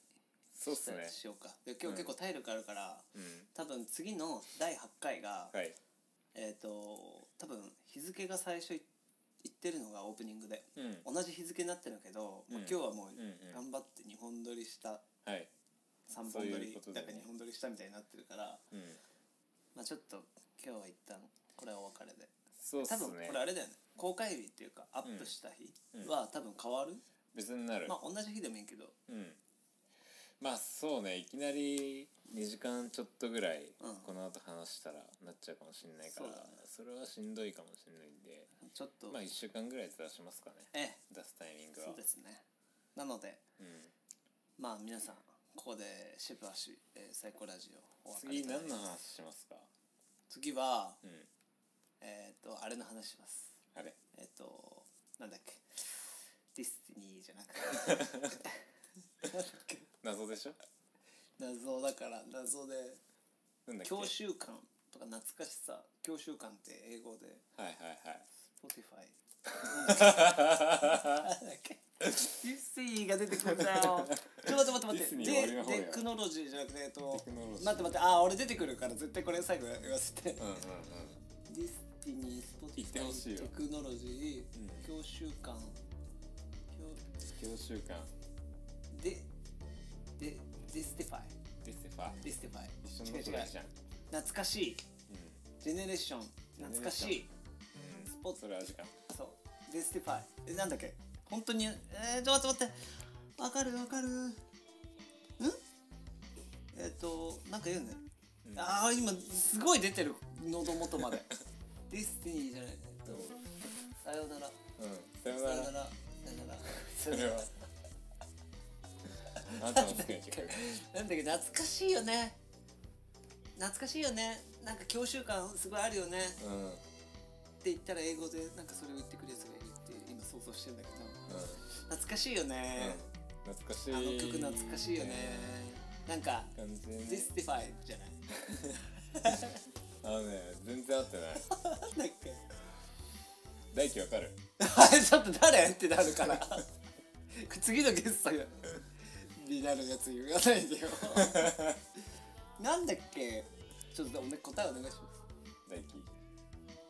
[SPEAKER 2] そうっすね
[SPEAKER 1] しようかで今日結構体力あるから
[SPEAKER 2] うん
[SPEAKER 1] 多分次の第8回が
[SPEAKER 2] はい
[SPEAKER 1] えっと多分日付が最初い言ってるのがオープニングで
[SPEAKER 2] うん
[SPEAKER 1] 同じ日付になってるけどまあ
[SPEAKER 2] うん
[SPEAKER 1] 今日はもう
[SPEAKER 2] うんうん
[SPEAKER 1] 頑張って2本撮りした
[SPEAKER 2] はい
[SPEAKER 1] 3
[SPEAKER 2] そ
[SPEAKER 1] 本
[SPEAKER 2] ういう
[SPEAKER 1] 撮り
[SPEAKER 2] こと
[SPEAKER 1] だ
[SPEAKER 2] でね
[SPEAKER 1] か2本撮りしたみたいになってるから
[SPEAKER 2] うん
[SPEAKER 1] まあちょっと今日は一旦これはお別れで
[SPEAKER 2] そうっす
[SPEAKER 1] 多分
[SPEAKER 2] ね
[SPEAKER 1] これあれだよね公開日っていうかアップした日は多分変わる、
[SPEAKER 2] 別になる
[SPEAKER 1] まあ同じ日でもいいけど
[SPEAKER 2] うんまあそうねいきなり2時間ちょっとぐらい
[SPEAKER 1] うん
[SPEAKER 2] この後話したらなっちゃうかもしれないから、
[SPEAKER 1] そうだね
[SPEAKER 2] それはしんどいかもしれないんで
[SPEAKER 1] ちょっと、
[SPEAKER 2] まあ1週間ぐらいずらしますかね
[SPEAKER 1] ええ
[SPEAKER 2] 出すタイミングは
[SPEAKER 1] そうですねなので
[SPEAKER 2] うん、
[SPEAKER 1] まあ皆さんここでしばし、えー、サイコラジオお別れ
[SPEAKER 2] 次
[SPEAKER 1] となり
[SPEAKER 2] 何の
[SPEAKER 1] ます
[SPEAKER 2] 話しますか
[SPEAKER 1] 次は
[SPEAKER 2] うん
[SPEAKER 1] えっ、とあれの話します
[SPEAKER 2] あれ
[SPEAKER 1] えっ、となんだっけディスティニーじゃなくてなんだっけ
[SPEAKER 2] 謎でしょ
[SPEAKER 1] 謎だから謎で
[SPEAKER 2] なんだっけ
[SPEAKER 1] 教習感とか懐かしさ教習感って英語で
[SPEAKER 2] はいはいはい
[SPEAKER 1] Spotify なんだっけディスティニーが出てくるんだよ ちょっと待って待って待って
[SPEAKER 2] ディスニー終わりの方
[SPEAKER 1] で
[SPEAKER 2] や
[SPEAKER 1] テクノロジーじゃなくてえっと
[SPEAKER 2] テクノロジー
[SPEAKER 1] 待って待ってあー俺出てくるから絶対これ最後言わせて
[SPEAKER 2] うんうんうん
[SPEAKER 1] ディスティニースポテ
[SPEAKER 2] 言ってほしい
[SPEAKER 1] ィ
[SPEAKER 2] よ
[SPEAKER 1] テクノロジー、
[SPEAKER 2] うん
[SPEAKER 1] 教習感教
[SPEAKER 2] 教習感
[SPEAKER 1] ででディスティファイ
[SPEAKER 2] ディスティファ
[SPEAKER 1] ディスティファイ
[SPEAKER 2] 一緒のこ
[SPEAKER 1] 違う
[SPEAKER 2] と
[SPEAKER 1] 違
[SPEAKER 2] だ
[SPEAKER 1] う
[SPEAKER 2] じゃん
[SPEAKER 1] 懐かしい
[SPEAKER 2] うん
[SPEAKER 1] ジェネレーション懐かしい
[SPEAKER 2] うん
[SPEAKER 1] スポーツ
[SPEAKER 2] それ味か
[SPEAKER 1] そうディスティファイえなんだっけ本当にえー、ちょっと待って待ってわかるわかるんえっ、となんか言うね、
[SPEAKER 2] うん
[SPEAKER 1] ああ今すごい出てる喉元まで ディスティニーじゃないえっとさようなら
[SPEAKER 2] うんさ
[SPEAKER 1] さ
[SPEAKER 2] よ
[SPEAKER 1] よ
[SPEAKER 2] な
[SPEAKER 1] うな
[SPEAKER 2] ら
[SPEAKER 1] らさようなら
[SPEAKER 2] それはあなたの好きな曲
[SPEAKER 1] なんだっけ懐かしいよね懐かしいよねなんか教習感すごいあるよね
[SPEAKER 2] うんうんうん
[SPEAKER 1] って言ったら英語でなんかそれを言ってくるやつがいるって今想像してんだけど懐かしいよね、
[SPEAKER 2] 懐かしい
[SPEAKER 1] あの曲懐かしいよね、なんか
[SPEAKER 2] 完全
[SPEAKER 1] 「
[SPEAKER 2] に
[SPEAKER 1] Justify」じゃない
[SPEAKER 2] あのね全然合ってない
[SPEAKER 1] なんだっけ
[SPEAKER 2] 大輝わかる
[SPEAKER 1] あれちょっと誰ってなるから次のゲストがになるやつ言わない でよなんだっけちょっとおね答えお願いします
[SPEAKER 2] 大輝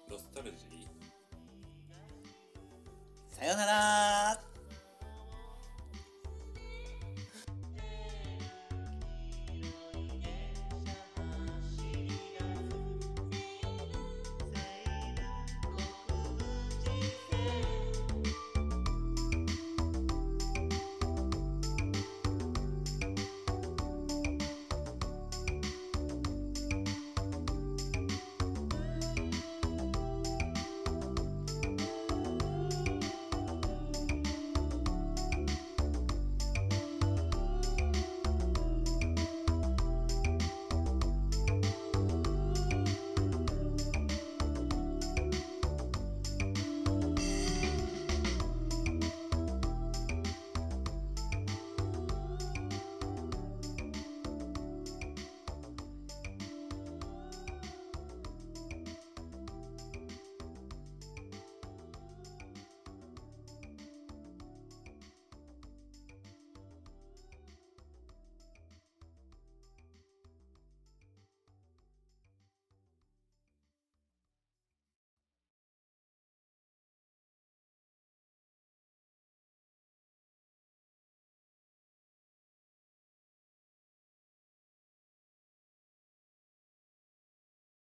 [SPEAKER 2] ロストルジー
[SPEAKER 1] さよなら